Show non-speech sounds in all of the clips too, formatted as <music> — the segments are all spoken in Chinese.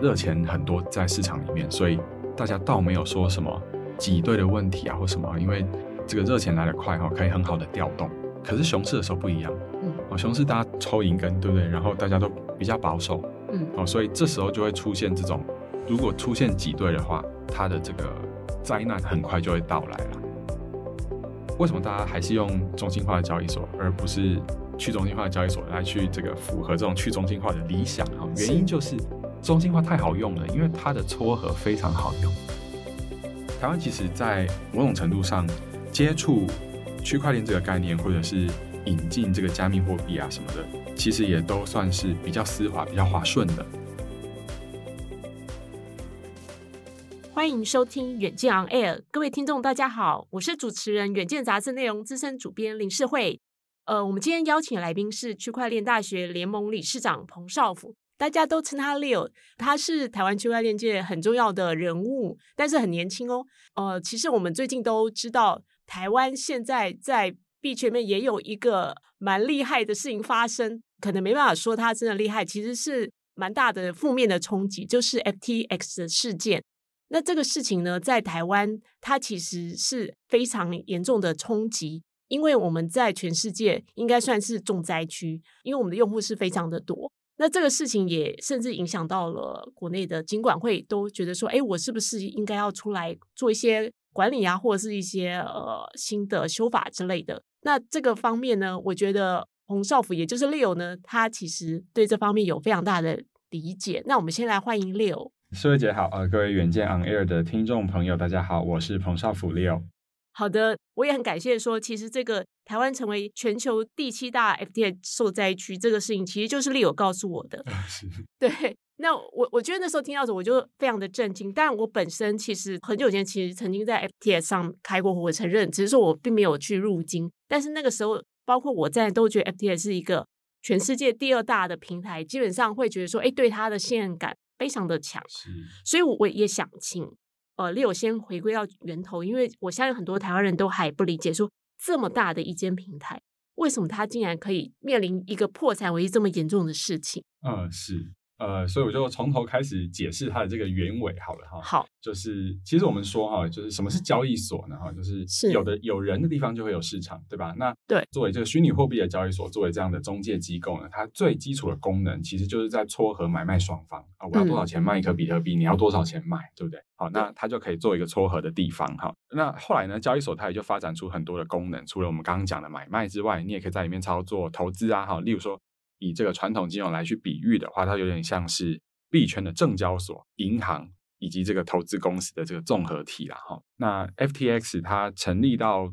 热钱很多在市场里面，所以大家倒没有说什么挤兑的问题啊或什么，因为这个热钱来得快哈、可以很好的调动。可是熊市的时候不一样，嗯哦，熊市大家抽银根，对不对？然后大家都比较保守，嗯哦，所以这时候就会出现这种，如果出现挤兑的话，它的这个灾难很快就会到来了。为什么大家还是用中心化的交易所，而不是去中心化的交易所来去这个符合这种去中心化的理想啊？哦是原因就是中心化太好用了，因为它的撮合非常好用。台湾其实，在某种程度上接触区块链这个概念，或者是引进这个加密货币啊什么的，其实也都算是比较丝滑、比较滑顺的。欢迎收听《远见 On Air》，各位听众大家好，我是主持人《远见》杂志内容资深主编林世慧。呃，我们今天邀请的来宾是区块链大学联盟理事长彭少辅，大家都称他 Leo，他是台湾区块链界很重要的人物，但是很年轻哦。呃，其实我们最近都知道，台湾现在在币圈面也有一个蛮厉害的事情发生，可能没办法说它真的厉害，其实是蛮大的负面的冲击，就是 FTX 的事件。那这个事情呢，在台湾它其实是非常严重的冲击，因为我们在全世界应该算是重灾区，因为我们的用户是非常的多。那这个事情也甚至影响到了国内的金管会，都觉得说，哎，我是不是应该要出来做一些管理啊，或者是一些呃新的修法之类的？那这个方面呢，我觉得洪少辅，也就是 Leo 呢，他其实对这方面有非常大的理解。那我们先来欢迎 Leo。四位姐好，呃，各位远见 On Air 的听众朋友，大家好，我是彭少辅 Leo。好的，我也很感谢说，其实这个台湾成为全球第七大 FTA 受灾区这个事情，其实就是利友告诉我的。 <laughs> 是， <laughs> 对，那我我觉得那时候听到的时候，我就非常的震惊。但我本身其实很久以前其实曾经在 FTS 上开过户，我承认，只是说我并没有去入金。但是那个时候，包括我在都觉得 FTS 是一个全世界第二大的平台，基本上会觉得说，哎，对它的信任感非常的强。是，所以我我也想请呃六先回归到源头，因为我相信很多台湾人都还不理解说，这么大的一间平台，为什么它竟然可以面临一个破产危机这么严重的事情？嗯，是，呃，所以我就从头开始解释它的这个原委好了哈。好，就是其实我们说哈，就是什么是交易所呢？哈，就是是有的有人的地方就会有市场，对吧？那对作为这个虚拟货币的交易所，作为这样的中介机构呢，它最基础的功能其实就是在撮合买卖双方啊，我要嗯多少钱卖一颗比特币，你要多少钱买，对不对？好，那它就可以做一个撮合的地方哈。那后来呢，交易所它也就发展出很多的功能，除了我们刚刚讲的买卖之外，你也可以在里面操作投资啊，哈，例如说以这个传统金融来去比喻的话，它有点像是币圈的证交所、银行以及这个投资公司的这个综合体啦。哈，那 FTX 它成立到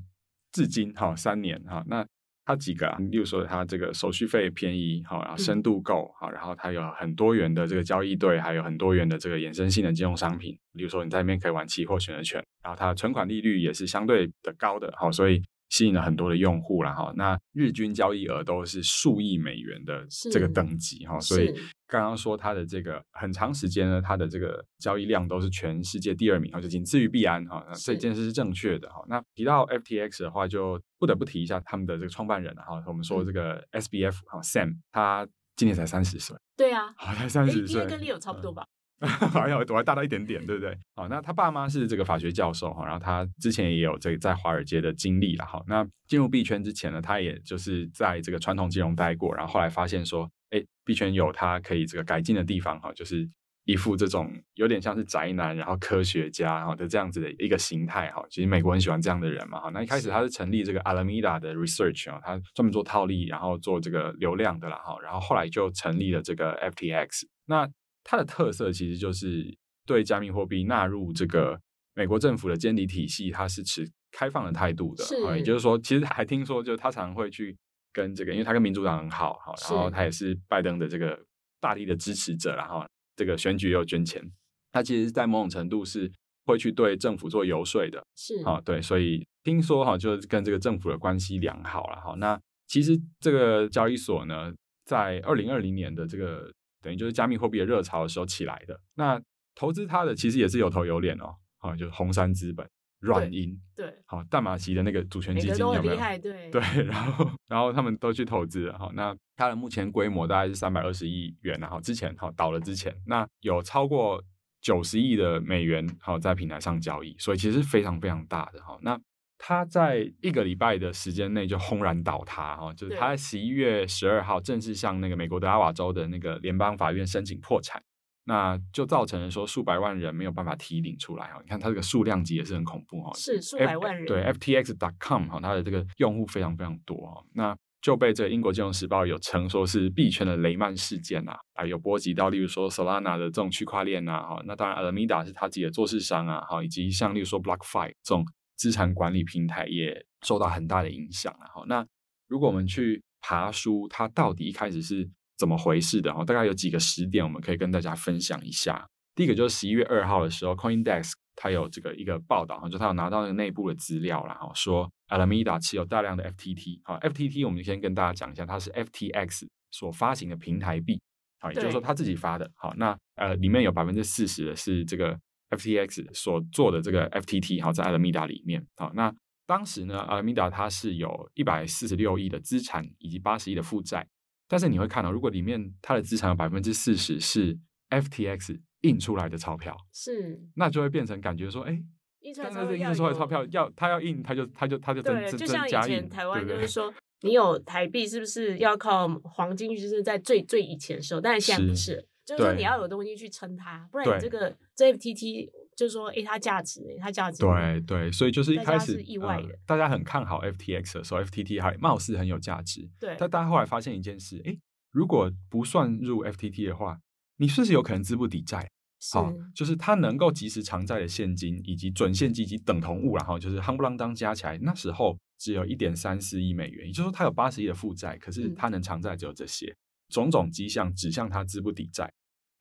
至今哈三年哈，那它几个、啊，例如说它这个手续费便宜哈，然后深度够哈，然后它有很多元的这个交易对，还有很多元的这个衍生性的金融商品，例如说你在里面可以玩期货、选择权，然后它的存款利率也是相对的高的，好，所以吸引了很多的用户啦，然后那日均交易额都是数亿美元的这个是等级哈，哦所以是刚刚说它的这个很长时间呢，它的这个交易量都是全世界第二名，哈，就仅次于币安哈，那是这件事是正确的哈。那提到 FTX 的话，就不得不提一下他们的这个创办人啊哈，我们嗯说这个 SBF 哈 Sam，他今年才三十岁，对啊，好才三哎，十应岁，嗯该跟 Leo 差不多吧？ <laughs> 好像我还大他一点点，对不对？好，那他爸妈是这个法学教授哈，然后他之前也有这个在华尔街的经历了哈。那进入币圈之前呢，他也就是在这个传统金融待过，然后后来发现说，哎，币圈有它可以这个改进的地方哈，就是一副这种有点像是宅男，然后科学家哈的这样子的一个形态哈。其实美国很喜欢这样的人嘛哈。那一开始他是成立这个 Alameda 的 Research 啊，他专门做套利，然后做这个流量的啦哈。然后后来就成立了这个 FTX。那它的特色其实就是对加密货币纳入这个美国政府的监理体系，它是持开放的态度的。是啊也就是说，其实还听说，就是他常会去跟这个，因为他跟民主党很好，好，然后是他也是拜登的这个大力的支持者，然后这个选举也有捐钱，他其实，在某种程度是会去对政府做游说的。是，好、对，所以听说哈、就是跟这个政府的关系良好了哈、那其实这个交易所呢，在二零二零年的这个等于就是加密货币的热潮的时候起来的。那投资它的其实也是有头有脸哦，好、就是红杉资本。软银，对，好，淡马锡的那个主权每基个金有都很没厉有？害，对对，然后然后他们都去投资了哈。那它的目前规模大概是三百二十亿元啊，然后之前哈倒了之前，那有超过九十亿的美元好在平台上交易，所以其实是非常非常大的哈。那它在一个礼拜的时间内就轰然倒塌哈，就是对它在十一月十二号正式向那个美国德拉瓦州的那个联邦法院申请破产。那就造成了说数百万人没有办法提领出来哦，你看它这个数量级也是很恐怖哦，是数 F- 百万人，对啊 FTX.com 哈，它的这个用户非常非常多哈，那就被这个英国金融时报有称说是币圈的雷曼事件啊，啊有波及到，例如说 Solana 的这种区块链啊，哈，那当然 Alameda 是他自己的做市商啊，哈，以及像例如说 BlockFi 这种资产管理平台也受到很大的影响啊，哈，那如果我们去爬书，它到底一开始是怎么回事的哈，大概有几个时点，我们可以跟大家分享一下。第一个就是十一月二号的时候，CoinDesk 它有这个一个报道，就它有拿到那个内部的资料啦，然后说 Alameda 持有大量的 FTT，好，FTT 我们先跟大家讲一下，它是 FTX 所发行的平台币，好，也就是说对他自己发的，好，那呃里面有百分之四十的是这个 FTX 所做的这个 FTT，好，在 Alameda 里面，好，那当时呢，Alameda 它是有一百四十六亿的资产以及八十亿的负债，但是你会看到、如果里面它的资产有百分之四十是 FTX 印出来的钞票，是那就会变成感觉说，哎，印出来但钞是票印要出来的有钞票要他要印，他就他就他就增对，增就像增以加前印，台湾对就不对？ <laughs> 是说，你有台币是不是要靠黄金，就是在最最以前的时候，但是现在不是是，就是说对你要有东西去撑它，不然你这对个这 FTT 就是说，诶，它价值，诶它价值，对对，所以就是一大开家始是意外呃的大家很看好 FTX 的时候，FTT 还貌似很有价值，对但大家后来发现一件事，哎，如果不算入 FTT 的话，你是不是有可能资不抵债？啊是好、就是它哦能够及时偿债的现金以及准现金及等同物啦，然后就是夯不啷当加起来，那时候只有一点三四亿美元，也就是说它有八十亿的负债，可是嗯它能偿债只有这些，种种迹象指向它资不抵债。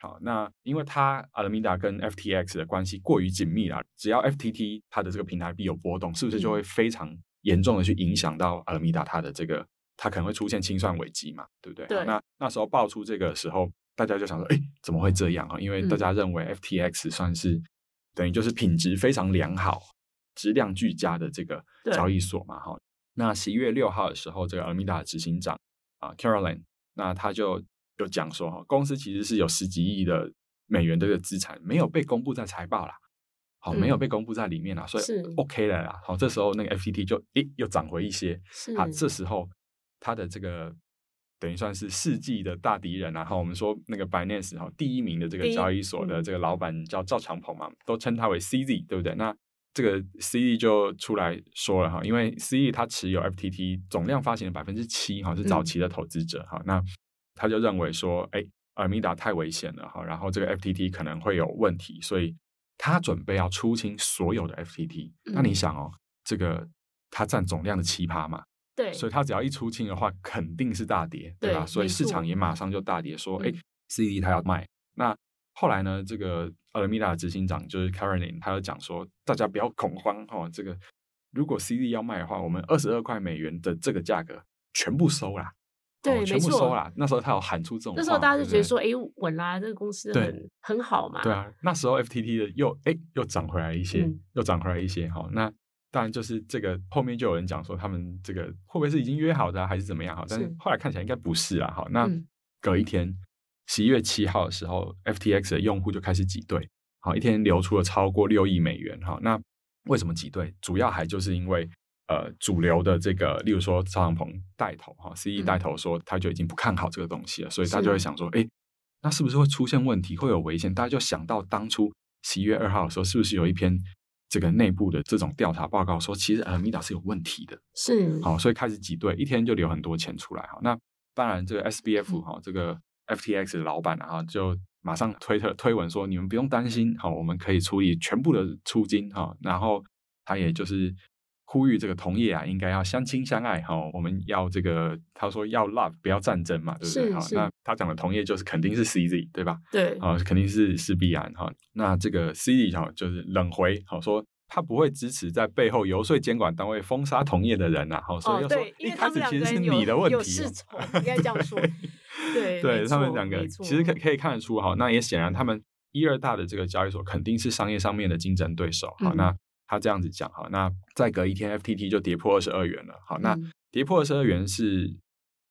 好，那因为它阿拉米达跟 FTX 的关系过于紧密啦，只要 FTT 它的这个平台币有波动，是不是就嗯会非常严重的去影响到阿拉米达它的这个，它可能会出现清算危机嘛，对不对？好对那那时候爆出这个的时候，大家就想说，哎，怎么会这样啊？因为嗯大家认为 FTX 算是、等于就是品质非常良好、质量俱佳的这个对交易所嘛，哈。那十一月六号的时候，这个阿拉米达的执行长啊 Caroline，那他就有讲说，哈，公司其实是有十几亿的美元的这个资产没有被公布在财报啦。好，没有嗯被公布在里面啦，所以哦是 OK 了啦。好，这时候那个 FTT 就诶又涨回一些，是好，啊这时候他的这个等于算是世纪的大敌人啊、然后我们说那个 Binance 哈第一名的这第个一交易所的嗯这个老板叫赵长鹏嘛，都称他为 CZ，对不对？那这个 CZ 就出来说了哈，因为 CZ 他持有 FTT 总量发行的百分之七哈是早嗯期的投资者哈、那他就认为说，哎，阿米达太危险了哈，然后这个 FTT 可能会有问题，所以他准备要出清所有的 FTT、那嗯你想哦，这个它占总量的奇葩嘛，对，所以它只要一出清的话，肯定是大跌，对吧？对所以没市场错也马上就大跌，说，哎、嗯 c d 它要卖。那后来呢，这个阿拉米达的执行长就是 Caroline，他就讲说，大家不要恐慌哦，这个如果 CD 要卖的话，我们二十二块美元的这个价格全部收啦，对哦，没全部收错啦。那时候他有喊出这种话，那时候大家对就不觉得对说，诶，稳啦，这个公司对很很好嘛，对啊，那时候 FTT 的又哎又涨回来一些，嗯又涨回来一些。好，那当然就是这个后面就有人讲说他们这个会不会是已经约好的啊、还是怎么样？好，但是是后来看起来应该不是啊。好，那嗯隔一天十一月七号的时候，FTX 的用户就开始挤兑，好，一天流出了超过六亿美元。好，那为什么挤兑？主要还就是因为。呃，主流的这个，例如说赵长鹏带头哈，CE 嗯带头说他就已经不看好这个东西了，所以他就会是想说，哎、那是不是会出现问题，会有危险？大家就想到当初十一月二号的时候，是不是有一篇这个内部的这种调查报告说，其实阿米达是有问题的？是好，所以开始挤兑，一天就流很多钱出来。好，那当然这个 SBF 嗯哈、这个 FTX 的老板啊，哈就马上推特推文说，你们不用担心，好，我们可以处理全部的出金哈、然后他也就是。呼吁这个同业啊，应该要相亲相爱哈、我们要这个，他说要 love，不要战争嘛，对不对？是好，是那他讲的同业就是肯定是 CZ 对吧？对，啊、肯定是是必然哈、那这个 C D 哈、就是冷回，好、说他不会支持在背后游说监管单位封杀同业的人呐、啊，好、所以哦要说、对，因一为开他们始两个其实是人你有的问有题世啊、仇，应该这 <laughs> 样说对没对他们错两个没其实可错可以看得出，哈，那也显然他们一二大的这个交易所肯定是商业上面的竞争对手，好、嗯那他这样子讲哈，那再隔一天 FTT 就跌破二十二元了。好，那嗯跌破二十二元是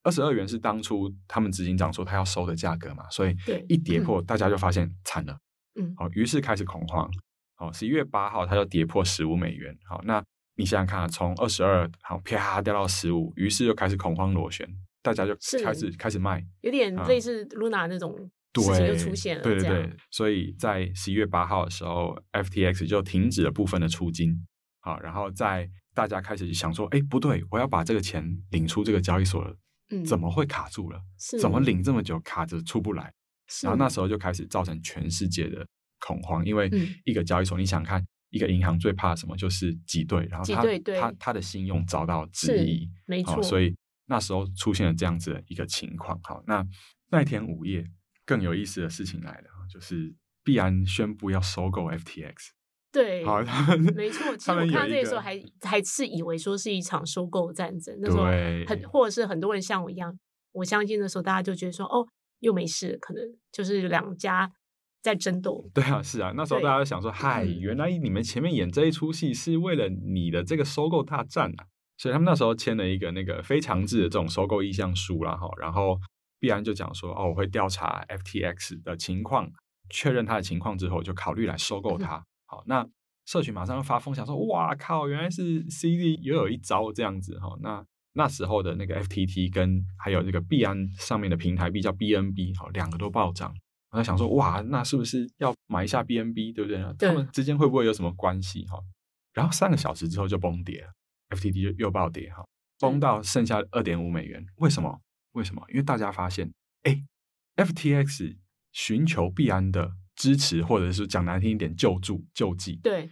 二十二元是当初他们执行长说他要收的价格嘛，所以对一跌破大家就发现惨了，嗯好，于是开始恐慌。好，十一月八号它就跌破十五美元。好，那你想想看啊，从二十二好啪掉到十五，于是就开始恐慌螺旋，大家就是开始开始卖。有点啊类似 Luna 那种对，事情就出现了，对对这样对，所以在十一月八号的时候，FTX 就停止了部分的出金，好，然后在大家开始想说，哎，不对，我要把这个钱领出这个交易所了，嗯，怎么会卡住了？是怎么？领这么久卡着出不来？是然后那时候就开始造成全世界的恐慌，因为嗯一个交易所，你想看一个银行最怕什么？就是挤兑，然后挤他兑对他他的信用遭到质是疑，没好，错，啊所以以那时候出现了这样子的一个情况。好，那那一天午夜更有意思的事情来了，就是必安宣布要收购 FTX。对，好，他们没错。其 <laughs> 实他我们有看到一这里的时候个还还是以为说是一场收购战争，那时候对很或者是很多人像我一样，我相信的时候大家就觉得说哦又没事，可能就是两家在争斗， <laughs> 对啊，是啊，那时候对大家就想说，嗨，嗯原来你们前面演这一出戏是为了你的这个收购大战啊，所以他们那时候签了一个那个非常制的这种收购意向书啦，哈，然后必然就讲说，哦，我会调查 FTX 的情况，确认它的情况之后，就考虑来收购它。好，那社群马上就发疯，想说，哇靠，原来是 CD 也有一招这样子哈、那那时候的那个 FTT 跟还有这个币安上面的平台币叫 BNB，好、两个都暴涨。我在想说，哇，那是不是要买一下 BNB，对不对？对他们之间会不会有什么关系哈、然后三个小时之后就崩跌了，FTT 就又暴跌哈、崩到剩下二点五美元。为什么？为什么？因为大家发现，哎，FTX 寻求币安的支持，或者是讲难听一点，救助、救济。对，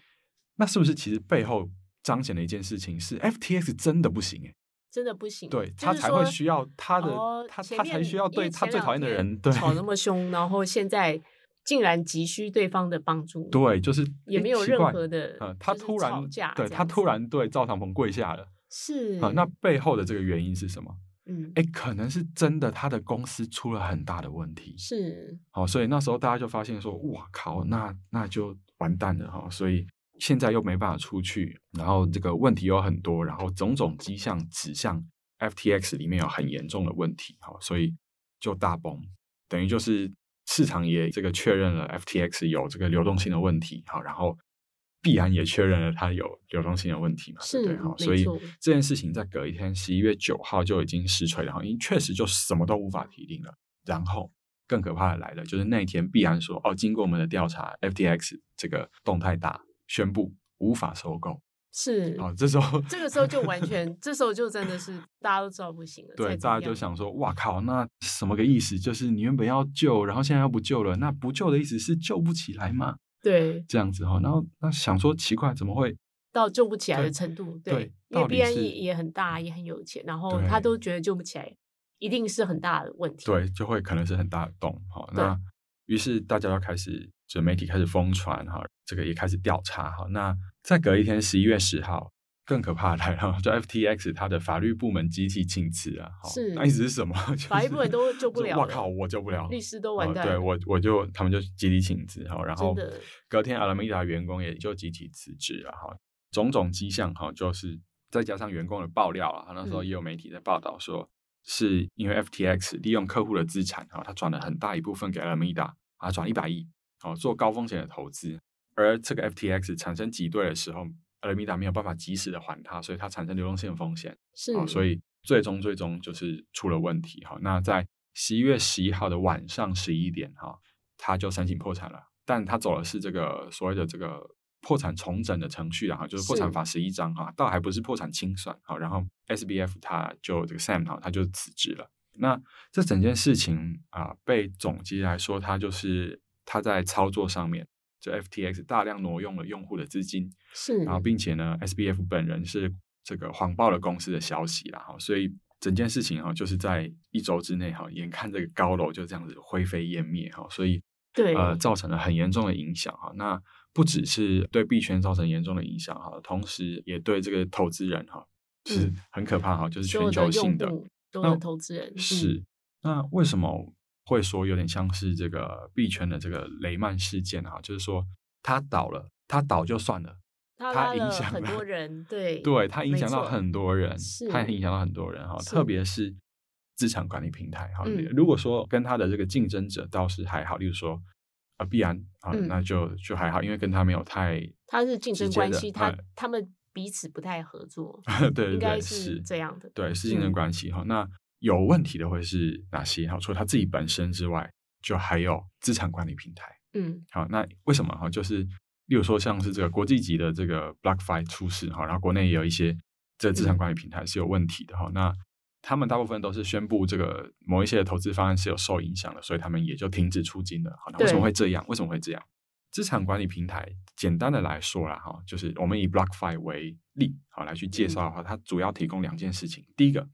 那是不是其实背后彰显了一件事情是 FTX 真的不行、欸？真的不行，对就他是才会说需要他的哦他前他才面需要因为对他前最两讨厌的天人对吵那么凶，然后现在竟然急需对方的帮 <laughs> 助，对，就是也诶没有奇任怪何的呃，他就是突吵然架对这他样突子嗯然对赵长鹏跪下了是啊、那背后的这个原因是什么？嗯哎，可能是真的他的公司出了很大的问题，是好、所以那时候大家就发现说，哇靠，那那就完蛋了哈、所以现在又没办法出去，然后这个问题有很多，然后种种迹象指向 FTX 里面有很严重的问题，好、所以就大崩，等于就是市场也这个确认了 FTX 有这个流动性的问题，好、然后必然也确认了它有流动性的问题嘛，对不对？是好、没所以错这件事情在隔一天，十一月九号就已经实锤了，然后因为确实就什么都无法提定了，然后。更可怕的来了，就是那一天必然说，哦，经过我们的调查，FTX 这个动态大宣布无法收购。是哦，这时候这个时候就完全，这时候就真的是大家都知道不行 <laughs> 了，对再怎大家么就样想说，哇靠，那什么个意思？就是你原本要救，然后现在要不救了，那不救的意思是救不起来吗？对这样子哈、哦，然后那想说奇怪，怎么会？到救不起来对的程度，对因到为底币安是也也很大，也很有钱，然后他对都觉得救不起来，一定是很大的问题，对，就会可能是很大的洞。好、对那于是大家要开始，就媒体开始疯传哈、这个也开始调查哈、那再隔一天，十一月十号，更可怕的来了，就 FTX 它的法律部门集体请辞啊。好是那意思是什么？ <laughs> 就是法律部门都救不了我了靠，我救不了了，律师都完蛋呃、对了我，我就他们就集体请辞哈，然后真的隔天阿拉米达员工也就集体辞职了哈，种种迹象哈，就是再加上员工的爆料啊，那时候嗯也有媒体在报道说，是因为 FTX 利用客户的资产哈，他转了很大一部分给阿拉米达啊，转一百亿，好做高风险的投资，而这个 FTX 产生挤兑的时候，阿拉米达没有办法及时的还它，所以它产生流动性的风险。是好，啊所以以最终最终就是出了问题哈。那在十一月十一号的晚上十一点哈，他就申请破产了，但他走的是这个所谓的这个破产重整的程序啊，哈，就是破产是法十一章哈，倒还不是破产清算哈。然后 SBF 他就这个 Sam 哈，他就辞职了。那这整件事情啊、被总结来说，它就是他在操作上面，就 FTX 大量挪用了用户的资金，是然后呃并且呢，SBF 本人是这个谎报了公司的消息啦，哈，哦所以整件事情哈，哦就是在一周之内哈，哦眼看这个高楼就这样子灰飞烟灭哈，所以对呃，造成了很严重的影响哈。那不只是对币圈造成严重的影响哈，同时也对这个投资人哈，就是嗯很可怕哦哈，就是所有全的球性用的户，所那有的投资人嗯是，那为什么会说有点像是这哦个币圈的这个雷曼事件啊？就是说它倒了，它倒就算了，它它拉影了响很了 <laughs> 多人，对对它影没响到错很多人是，它影响到很多人哈，是特别是资产管理平台哈。嗯如果说跟它的这个竞争者倒是还好，例如说啊必然啊，嗯那就就还好，因为跟它没有太它是竞直争接关的系，它哎他们彼此不太合作， <laughs> 对对应该对是是这样的。对是竞嗯争关系哈。那有问题的会是哪些？哈，除了它自己本身之外，就还有资产管理平台。嗯好，那为什么哈？就是例如说像是这个国际级的这个 BlockFi 出事哈，然后国内也有一些这个嗯资产管理平台是有问题的哈、那他们大部分都是宣布这个某一些的投资方案是有受影响的，所以他们也就停止出金了。好，那为什么对会这样？为什么会这样？资产管理平台简单的来说啦哈，就是我们以 BlockFi 为例好来去介嗯绍的话，它主要提供两件事情，第一个。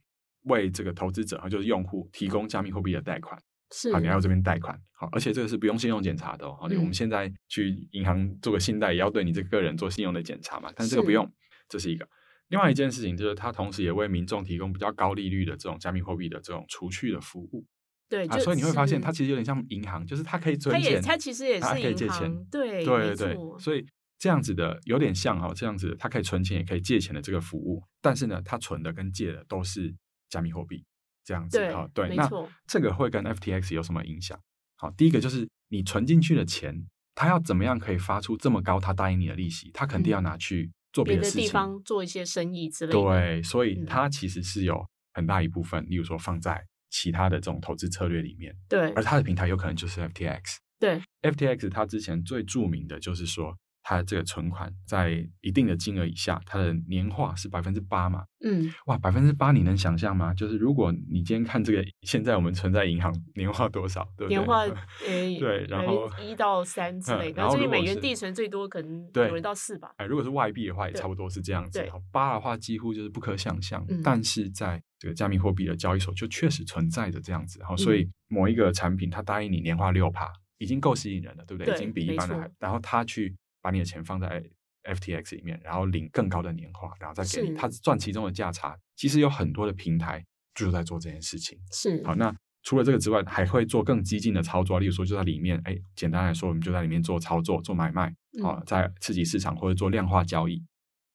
为这个投资者，就是用户提供加密货币的贷款，是好，你要这边贷款，好，而且这个是不用信用检查的哦。好、你我嗯们现在去银行做个信贷，也要对你这个个人做信用的检查嘛，但这个是不用，这是一个。另外一件事情就是，它同时也为民众提供比较高利率的这种加密货币的这种储蓄的服务对，啊，就所以你会发现它哎是其实有点像银行，就是它可以它存也钱，它其实也它是可以银借钱行，对对没对对错，所以这样子的有点像哈、哦，这样子它可以存钱也可以借钱的这个服务，但是呢，它存的跟借的都是加密货币这样子对哈、哦。对，没那错这个会跟 FTX 有什么影响？好，第一个就是你存进去的钱，它要怎么样可以发出这么高它答应你的利息？它肯定要嗯拿去做别的的事地情。方做一些生意之类的。对，所以嗯它其实是有很大一部分，例如说放在其他的这种投资策略里面，对而它的平台有可能就是 FTX。对 FTX 它之前最著名的就是说，它这个存款在一定的金额以下，它的年化是百分之八嘛？嗯，哇，百分之八你能想象吗？就是如果你今天看这个，现在我们存在银行年化多少，对不对？年化诶对然后一到三之嗯类的，然后所以如美果元是地存最多可能对有人到四吧。哎，如果是外币的话，也对差不多是这样子对。好八的话几乎就是不可想象，嗯但是在这个加密货币的交易所就确实存在着这样子。好，嗯所以某一个产品它答应你年化六趴，已经够吸引人了，对不对？对已经比一般的没还错，然后他去把你的钱放在 FTX 里面，然后领更高的年化，然后再给是你，他赚其中的价差。其实有很多的平台就在做这件事情。是好，那除了这个之外，还会做更激进的操作，例如说就在里面，哎，简单来说，我们就在里面做操作、做买卖，嗯啊、在刺激市场或者做量化交易，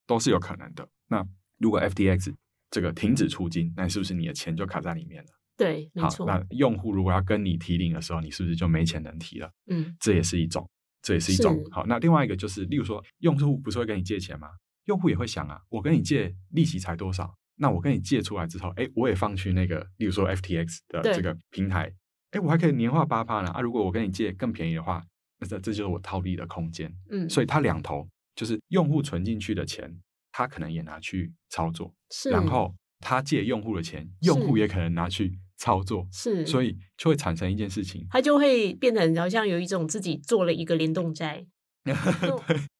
都是有可能的。那如果 FTX 这个停止出金，那是不是你的钱就卡在里面了？对，没好错，那用户如果要跟你提领的时候，你是不是就没钱能提了？嗯，这也是一种，这也是一种是。好，那另外一个就是，例如说，用户不是会跟你借钱吗？用户也会想啊，我跟你借利息才多少？那我跟你借出来之后，哎，我也放去那个，例如说 FTX 的对这个平台，哎，我还可以年化八趴呢。啊，如果我跟你借更便宜的话，那这这就是我套利的空间。嗯，所以以它两头就是用户存进去的钱，他可能也拿去操作，是，然后他借用户的钱，用户是也可能拿去操作，是，所以就会产生一件事情，它就会变成好像有一种自己做了一个联动债，对，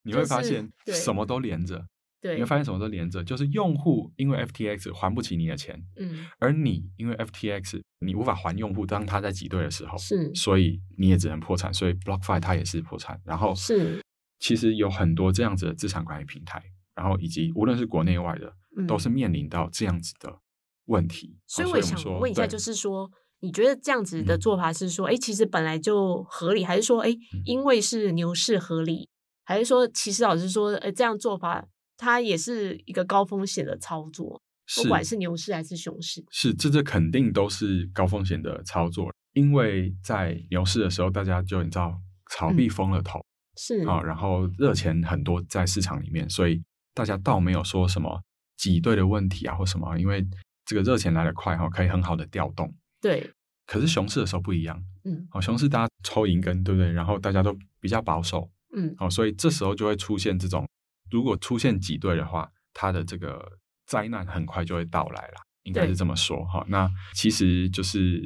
你就会发是现对什么都连着，对，你会发现什么都连着，就是用户因为 FTX 还不起你的钱，嗯，而你因为 FTX 你无法还用户，当他在挤兑的时候，是所以你也只能破产，所以 BlockFi 它也是破产。然后是，其实有很多这样子的资产管理平台，然后以及无论是国内外的，嗯都是面临到这样子的问题。所以好我也我们想说问一下，对就是说，你觉得这样子的嗯做法是说，哎、其实本来就合理，还是说，哎、嗯因为是牛市合理，还是说，其实老实说，呃，这样做法它也是一个高风险的操作，不管是牛市还是熊市，是，这这肯定都是高风险的操作，因为在牛市的时候，大家就你知道炒币嗯疯了头是啊、然后热钱很多在市场里面，所以大家倒没有说什么挤兑的问题啊或什么，因为这个热钱来得快哈、可以很好的调动。对，可是熊市的时候不一样，嗯哦，熊市大家抽银根，对不对？然后大家都比较保守，嗯，哦，所以这时候就会出现这种，如果出现挤兑的话，它的这个灾难很快就会到来啦，应该对是这么说哈、那其实就是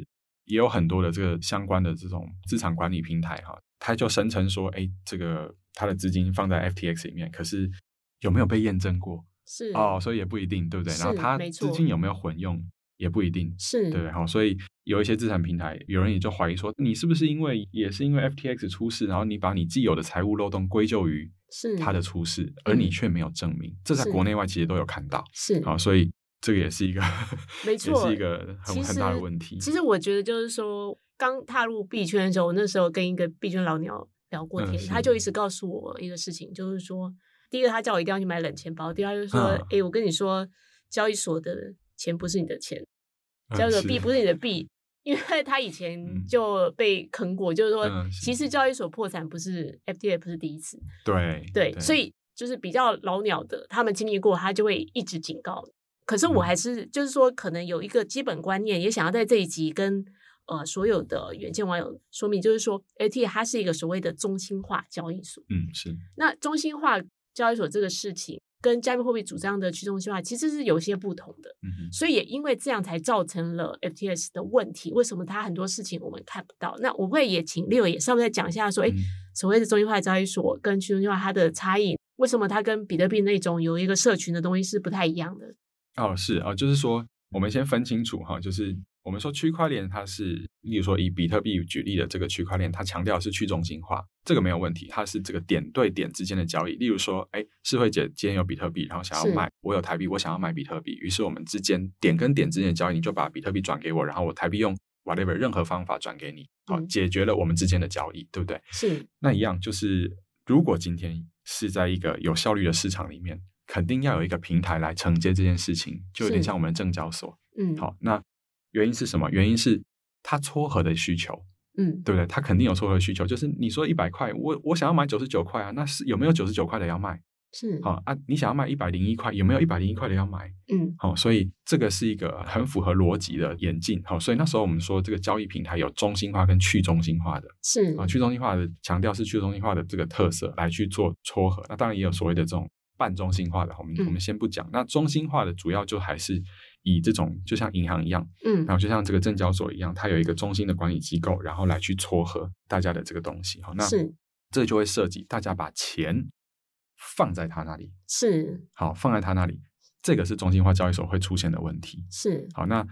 也有很多的这个相关的这种资产管理平台哈、它就声称说，哎，这个它的资金放在 FTX 里面，可是有没有被验证过？是哦，，所以也不一定，对不对？然后是它没资错金有没有混用也不一定，是，对，好，所以有一些资产平台，有人也就怀疑说，你是不是因为也是因为 FTX 出事，然后你把你既有的财务漏洞归咎于是它的出事，而你嗯却没有证明，这在是国内外其实都有看到。是，好，所以这个也是一个， <laughs> 没也错是一个其很很大的实问题。其实我觉得就是说，刚踏入币圈的时候，我那时候跟一个币圈老鸟聊过嗯天，他是就一直告诉我一个事情，就是说，第一个他叫我一定要去买冷钱包，第二就是说，哎、嗯我跟你说，交易所的钱不是你的钱，嗯交易所是币不是你的币，因为他以前嗯就被坑过，就是说，嗯是其实交易所破产不是 FTX 不是第一次，对对，所以就是比较老鸟的，他们经历过，他就会一直警告你。可是我还是、就是说，可能有一个基本观念，也想要在这一集跟呃所有的远见网友说明，就是说 AT 它是一个所谓的中心化交易所。嗯是那中心化交易所这个事情跟加密货币主张的去中心化其实是有些不同的，嗯哼所以也因为这样才造成了 FTS 的问题。为什么它很多事情我们看不到？那我会也请六也稍微再讲一下说，哎、嗯所谓的中心化交易所跟去中心化它的差异，为什么它跟比特币那种有一个社群的东西是不太一样的？哦，是啊、哦就是说我们先分清楚哈，就是我们说区块链它是，例如说以比特币举例的这个区块链，它强调的是去中心化，这个没有问题，它是这个点对点之间的交易。例如说，哎，世慧姐今天有比特币，然后想是要卖，我有台币，我想要买比特币，于是我们之间点跟点之间的交易，你就把比特币转给我，然后我台币用 whatever 任何方法转给你，好、嗯解决了我们之间的交易，对不对？是那一样就是，如果今天是在一个有效率的市场里面，肯定要有一个平台来承接这件事情，就有点是像我们的证交所。嗯，，好，那原因是什么？原因是它撮合的需求，嗯，对不对？它肯定有撮合需求，就是你说一百块，我我想要买九十九块啊，那是有没有九十九块的要卖？是，好啊，你想要卖一百零一块，有没有一百零一块的要买？嗯，好、所以这个是一个很符合逻辑的演进。好、所以那时候我们说这个交易平台有中心化跟去中心化的。是啊，去中心化的强调是去中心化的这个特色来去做撮合。那当然也有所谓的这种半中心化的，我们、我嗯们先不讲。那中心化的主要就还是以这种就像银行一样，嗯然，后就像这个证交所一样，它有一个中心的管理机构，然后来去撮合大家的这个东西。好，那是这就会涉及大家把钱放在他那里，是好，放在他那里，这个是中心化交易所会出现的问题。是，好，那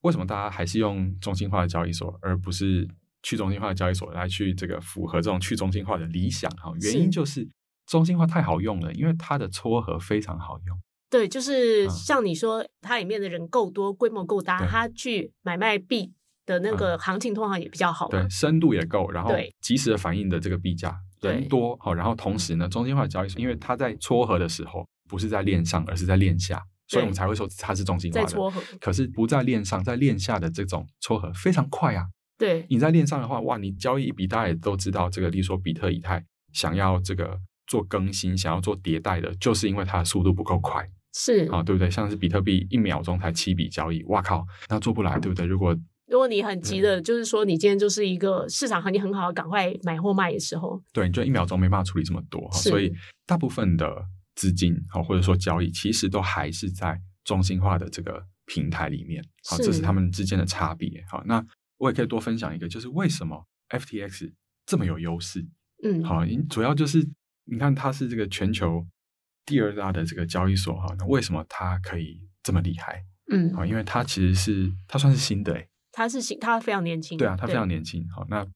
为什么大家还是用中心化的交易所，而不是去中心化的交易所来去这个符合这种去中心化的理想？哈，原是因就是中心化太好用了，因为它的撮合非常好用。对，就是嗯像你说，它里面的人够多，规模够大，对嗯它去买卖币的那个行情通常也比较好嘛对，。深度也够，然后对及时的反映的这个币价对人多好，然后同时呢，中心化的交易所，因为它在撮合的时候不是在链上，而是在链下，所以我们对才会说它是中心化在的。撮合，可是不在链上，在链下的这种撮合非常快啊，对，你在链上的话，哇，你交易一笔，大家也都知道，这个例如说比特、以太想要这个做更新、想要做迭代的，就是因为它的速度不够快是。啊，对不对？像是比特币一秒钟才七笔交易，哇靠，那做不来，对不对？如果如果你很急的，就是说你今天就是一个市场行情很好，赶快买或卖的时候，对，你就一秒钟没办法处理这么多，啊是所以大部分的资金啊，或者说交易，其实都还是在中心化的这个平台里面啊，是这是他们之间的差别。好，那我也可以多分享一个，就是为什么 FTX 这么有优势？嗯，好，因主要就是你看它是这个全球第二大的这个交易所哈，那为什么它可以这么厉害？嗯，好，因为它其实是它算是新的诶、欸他是新，他非常年轻，对啊，它非常年轻。好，那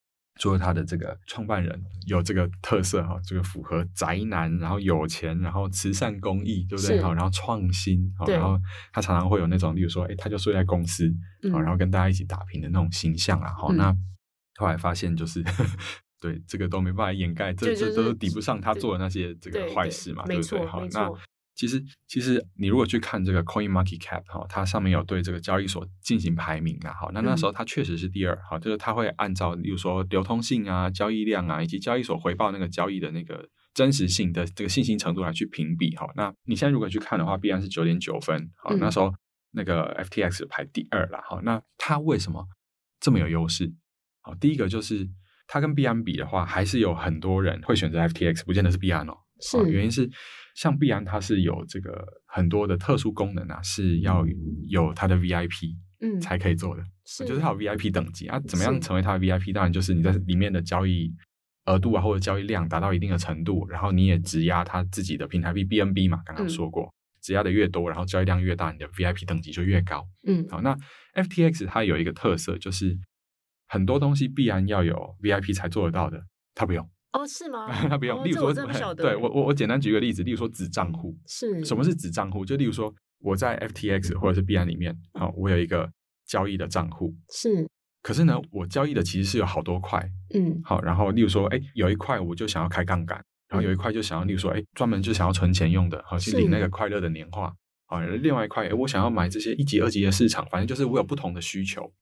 除了它的这个创办人有这个特色哈，这个符合宅男，然后有钱，然后慈善公益，对不对？是好，然后创新，好，对然后他常常会有那种，例如说，哎，他就睡在公司，嗯好，然后跟大家一起打拼的那种形象啦。好，嗯那后来发现就是。 <laughs> 对，这个都没办法掩盖，这对就这都是抵不上他对做的那些这个对坏对事嘛，没对不对？错好没，那错其实其实你如果去看这个 Coin Market Cap 哈、它上面有对这个交易所进行排名啊，好，那那时候它确实是第二，好，就是它会按照例如说流通性啊、交易量啊，以及交易所回报那个交易的那个真实性的这个信心程度来去评比哈。那你现在如果去看的话，必然是九点九分，好，嗯那时候那个 FTX 排第二啦，好，那它为什么这么有优势？好，第一个就是它跟币安比的话，还是有很多人会选择 FTX，不见得是币安哦。是啊原因是像币安它是有这个很多的特殊功能啊，是要有它的 VIP 嗯，才可以做的，是就是它有 VIP 等级啊。怎么嗯是样成为它的 VIP？当然就是你在里面的交易额度啊或者交易量达到一定的程度，然后你也质押它自己的平台币 BNB 嘛，刚嗯刚说过，质押的越多，然后交易量越大，你的 VIP 等级就越高。嗯好，那 FTX 它有一个特色，就是很多东西必然要有 VIP 才做得到的，它不用，哦是 <laughs> 吗？它不用。哦例如这我说，真的不晓得，嗯对我我我简单举个例子，例如说子账户，是什么是子账户？就例如说我在 FTX 或者是币安里面，好、我有一个交易的账户，是可是呢，我交易的其实是有好多块，嗯好，然后例如说，哎，有一块我就想要开杠杆，然后有一块就想要，例如说，哎，专门就想要存钱用的，好去是领那个快乐的年化。好，另外一块，哎，我想要买这些一级、二级的市场，反正就是我有不同的需求，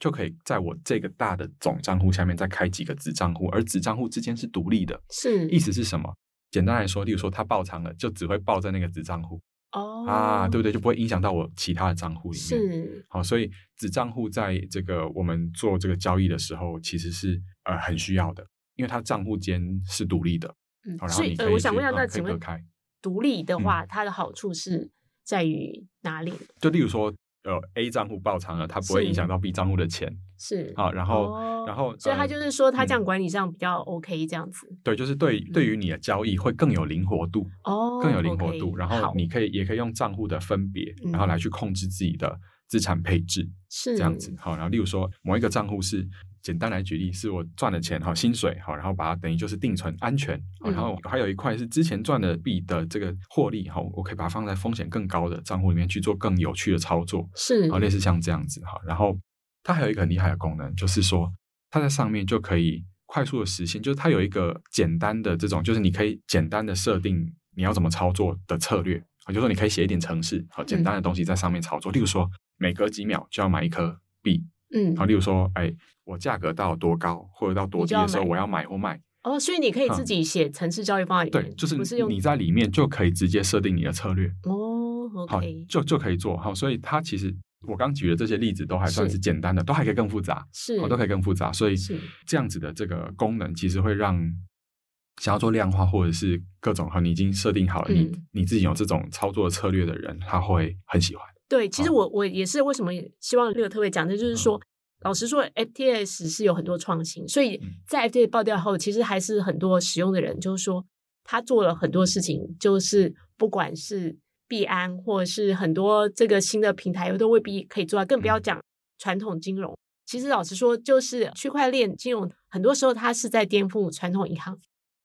就可以在我这个大的总账户下面再开几个子账户，而子账户之间是独立的。是意思是什么？简单来说，例如说它爆仓了，就只会爆在那个子账户、哦啊，对不对？就不会影响到我其他的账户里面。是好，所以子账户在这个我们做这个交易的时候，其实是呃很需要的，因为它账户间是独立的。嗯好，然后所以你呃，可以我想去问一下，嗯那可以请隔问开嗯独立的话，它的好处是在于哪里？就例如说，呃，A 账户爆仓了，它不会影是哦响到 B 账户的钱是啊。然后，然后，所以他呃就是说，他这样嗯管理上比较 OK 这样子对，就是对对于你的交易会更有灵活度，嗯哦，更有灵活 OK，度。然好后你可以也可以用账户的分别，然后嗯来去控制自己的资产配置，是这样子。好，然后例如说某一个账户是。简单来举例，是我赚的钱哈，薪水好，然后把它等于就是定存安全，好然嗯后还有一块是之前赚的币的这个获利哈，我可以把它放在风险更高的账户里面去做更有趣的操作，是哦好，类似像这样子哈。然后它还有一个很厉害的功能，就是说它在上面就可以快速的实现，就是它有一个简单的这种，就是你可以简单的设定你要怎么操作的策略，啊，就是说你可以写一点程式，好简嗯单的东西在上面操作，例如说每隔几秒就要买一颗币，嗯好，例如说哎我价格到多高或者到多你低就要的时候买我要买或卖，哦，所以你可以自嗯己写城市交易方案里面，对，就是不是用你在里面就可以直接设定你的策略，哦好，OK，就就可以做好，所以它其实。我刚举的这些例子都还算是是简单的，都还可以更复杂。是哦，都可以更复杂。所以是这样子的这个功能，其实会让想要做量化或者是各种和你已经设定好了你、嗯你自己有这种操作策略的人，他会很喜欢。对，其实好嗯我我也是为什么希望六特会讲，这就是说，老实说，FTS 是有很多创新，所以嗯在 FTS 爆掉后，其实还是很多使用的人就是说，他做了很多事情，就是不管是币安或者是很多这个新的平台都未必可以做到，更不要嗯讲传统金融。其实老实说，就是区块链金融很多时候它是在颠覆传统银行，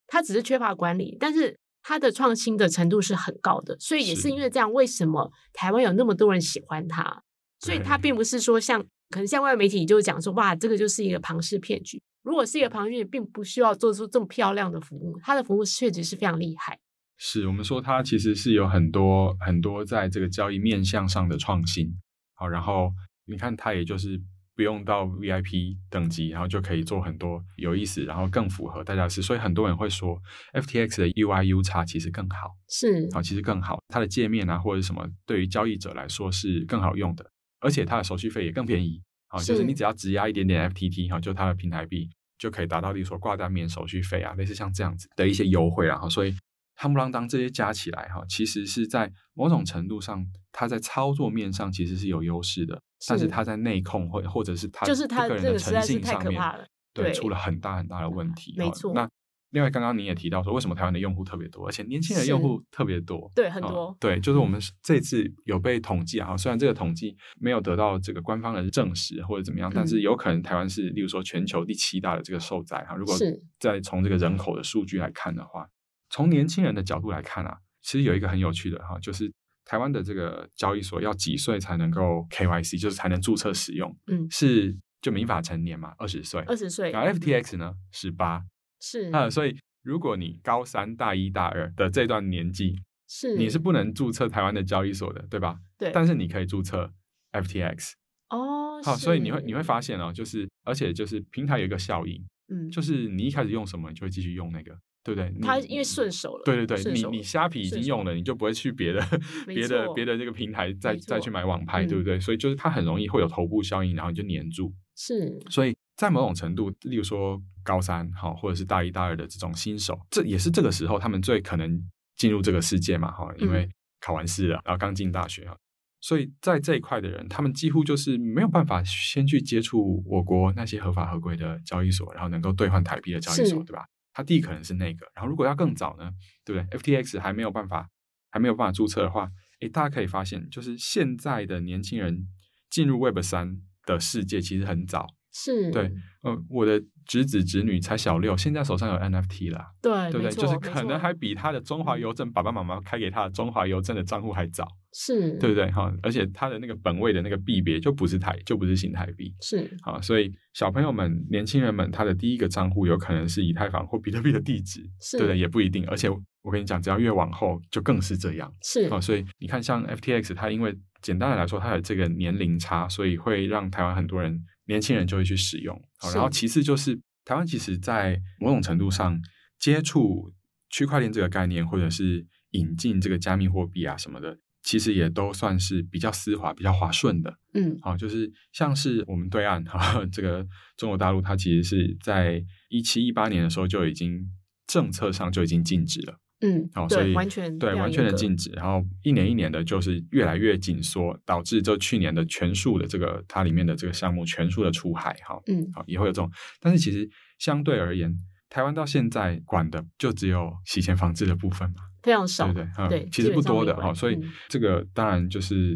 它只是缺乏管理，但是它的创新的程度是很高的，所以也是是因为这样，为什么台湾有那么多人喜欢它？所以它对 <laughs> 并不是说像可能像外媒体就讲说，哇，这个就是一个庞氏骗局。如果是一个庞氏骗局，并不需要做出这么漂亮的服务，它的服务确实是非常厉害。是我们说它其实是有很多很多在这个交易面向上的创新。好，然后你看它也就是。不用到 VIP 等级，然后就可以做很多有意思，然后更符合大家的是，所以很多人会说 FTX 的 UI U 差其实更好。是哦好，其实更好，它的界面啊或者什么，对于交易者来说是更好用的，而且它的手续费也更便宜。好，就是是你只要质押一点点 FTT，好，就哦它的平台币就可以达到，例如说挂单免手续费啊，类似像这样子的一些优惠啊。好所以夯不啷当这些加起来哈，其实是在某种程度上，它在操作面上其实是有优势的，但是是它在内控或或者是它就是它个人这的个实诚在是信太上可面，怕了。对，对出了很大很大的问题。没好错那另外，刚刚你也提到说，为什么台湾的用户特别多，而且年轻人的用是户特别多？对很哦多嗯对，就是我们是这次有被统计啊，虽然这个统计没有得到这个官方的证实或者怎么样，但嗯是有可能台湾是，例如说全球第七大的这个受灾啊哈。如果是再从这个人口的数据来看的话，从年轻人的角度来看啊，其实有一个很有趣的哈，就是台湾的这个交易所要几岁才能够 KYC，就是才能注册使用，嗯，是就民法成年嘛，二十岁。二十岁然后 FTX 呢，十八是啊，所以如果你高三、大一、大二的这段年纪，是你是不能注册台湾的交易所的，对吧？嗯对，但是你可以注册 FTX。哦，好，所以你会你会是发现哦，就是而且就是平台有一个效应，嗯，就是你一开始用什么，你就会继续用那个，对不对？你它因为顺手了，对对对，顺你手你了虾皮已顺经手用了，你就不会去别的没别的错别的这个平台再没再去错买网拍，对不嗯对？所以就是它很容易会有头部效应，然后你就黏住。是所以在某种程度，例如说高三好，或者是大一大二的这种新手，这也是这个时候他们最可能进入这个世界嘛，哈，因为考完试了，然后刚进大学啊，所以在这一块的人，他们几乎就是没有办法先去接触我国那些合法合规的交易所，然后能够兑换台币的交易所，是对吧？他第一可能是那个，然后如果要更早呢，对不对？FTX 还没有办法，还没有办法注册的话，诶，大家可以发现，就是现在的年轻人进入 Web 三的世界其实很早，是，对呃，我的侄子侄女才小六，现在手上有 NFT 啦，对对不哎没对？就错是没可错能还比他的中华邮政爸爸妈妈开给他的中华邮政的账户还早。是，对不对？哈，而且它的那个本位的那个币别就不是台，就不是新台币。是，啊，所以小朋友们、年轻人们，他的第一个账户有可能是以太坊或比特币的地址，是对不对？也不一定。而且我跟你讲，只要越往后，就更是这样。是啊，所以你看，像 FTX，它因为简单的来说，它有这个年龄差，所以会让台湾很多人年轻人就会去使用。好，然后是其次就是台湾其实在某种程度上接触区块链这个概念，或者是引进这个加密货币啊什么的，其实也都算是比较丝滑、比较滑顺的。嗯，好，就是像是我们对岸 <laughs> 哈，这个中国大陆，它其实是在一七一八年的时候就已经政策上就已经禁止了。嗯，好，哦所对，以完全对非常完全的严格禁止，然后一年一年的，就是越来越紧缩，导致就去年的全数的这个它里面的这个项目全数的出海哈，嗯，好也会有这种，但是其实相对而言，台湾到现在管的就只有洗钱防治的部分嘛，非常对少不，对？嗯对其基实本不上多没的管哈，所以嗯这个当然就是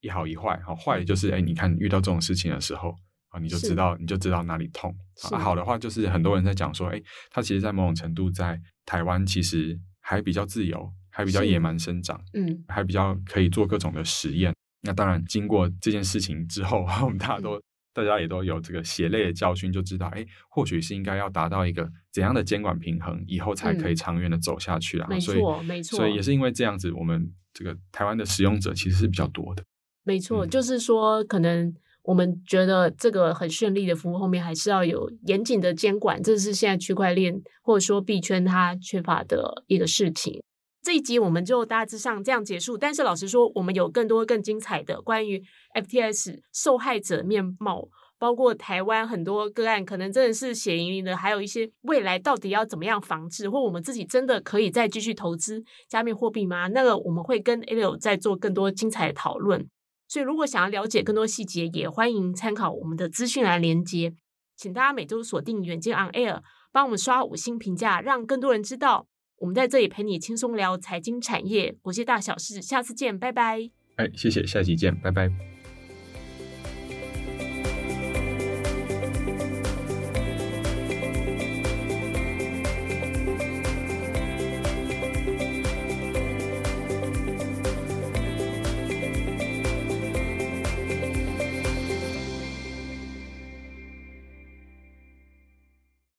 一好一坏哈，坏的就是哎，你看遇到这种事情的时候。啊，你就是知道，你就知道哪里痛。是啊，好的话就是很多人在讲说，哎，它其实，在某种程度在台湾其实还比较自由，还比较是野蛮生长，嗯，还比较可以做各种的实验。那当然，经过这件事情之后，我们大嗯家都大家也都有这个血泪的教训，就知道，哎，或许是应该要达到一个怎样的监管平衡，以后才可以嗯长远的走下去啦。没所以错，没错，所以也是因为这样子，我们这个台湾的使用者其实是比较多的。没错，嗯就是说，可能我们觉得这个很绚丽的服务，后面还是要有严谨的监管，这是现在区块链或者说币圈它缺乏的一个事情。这一集我们就大致上这样结束，但是老实说，我们有更多更精彩的关于 FTS 受害者面貌，包括台湾很多个案，可能真的是血淋淋的，还有一些未来到底要怎么样防治，或我们自己真的可以再继续投资加密货币吗？那个我们会跟 A 六再做更多精彩的讨论。所以如果想要了解更多细节，也欢迎参考我们的资讯栏连接。请大家每周锁定远见 On Air，帮我们刷五星评价，让更多人知道我们在这里陪你轻松聊财经、产业、国际大小事。下次见，拜拜。哎，谢谢，下期见，拜拜。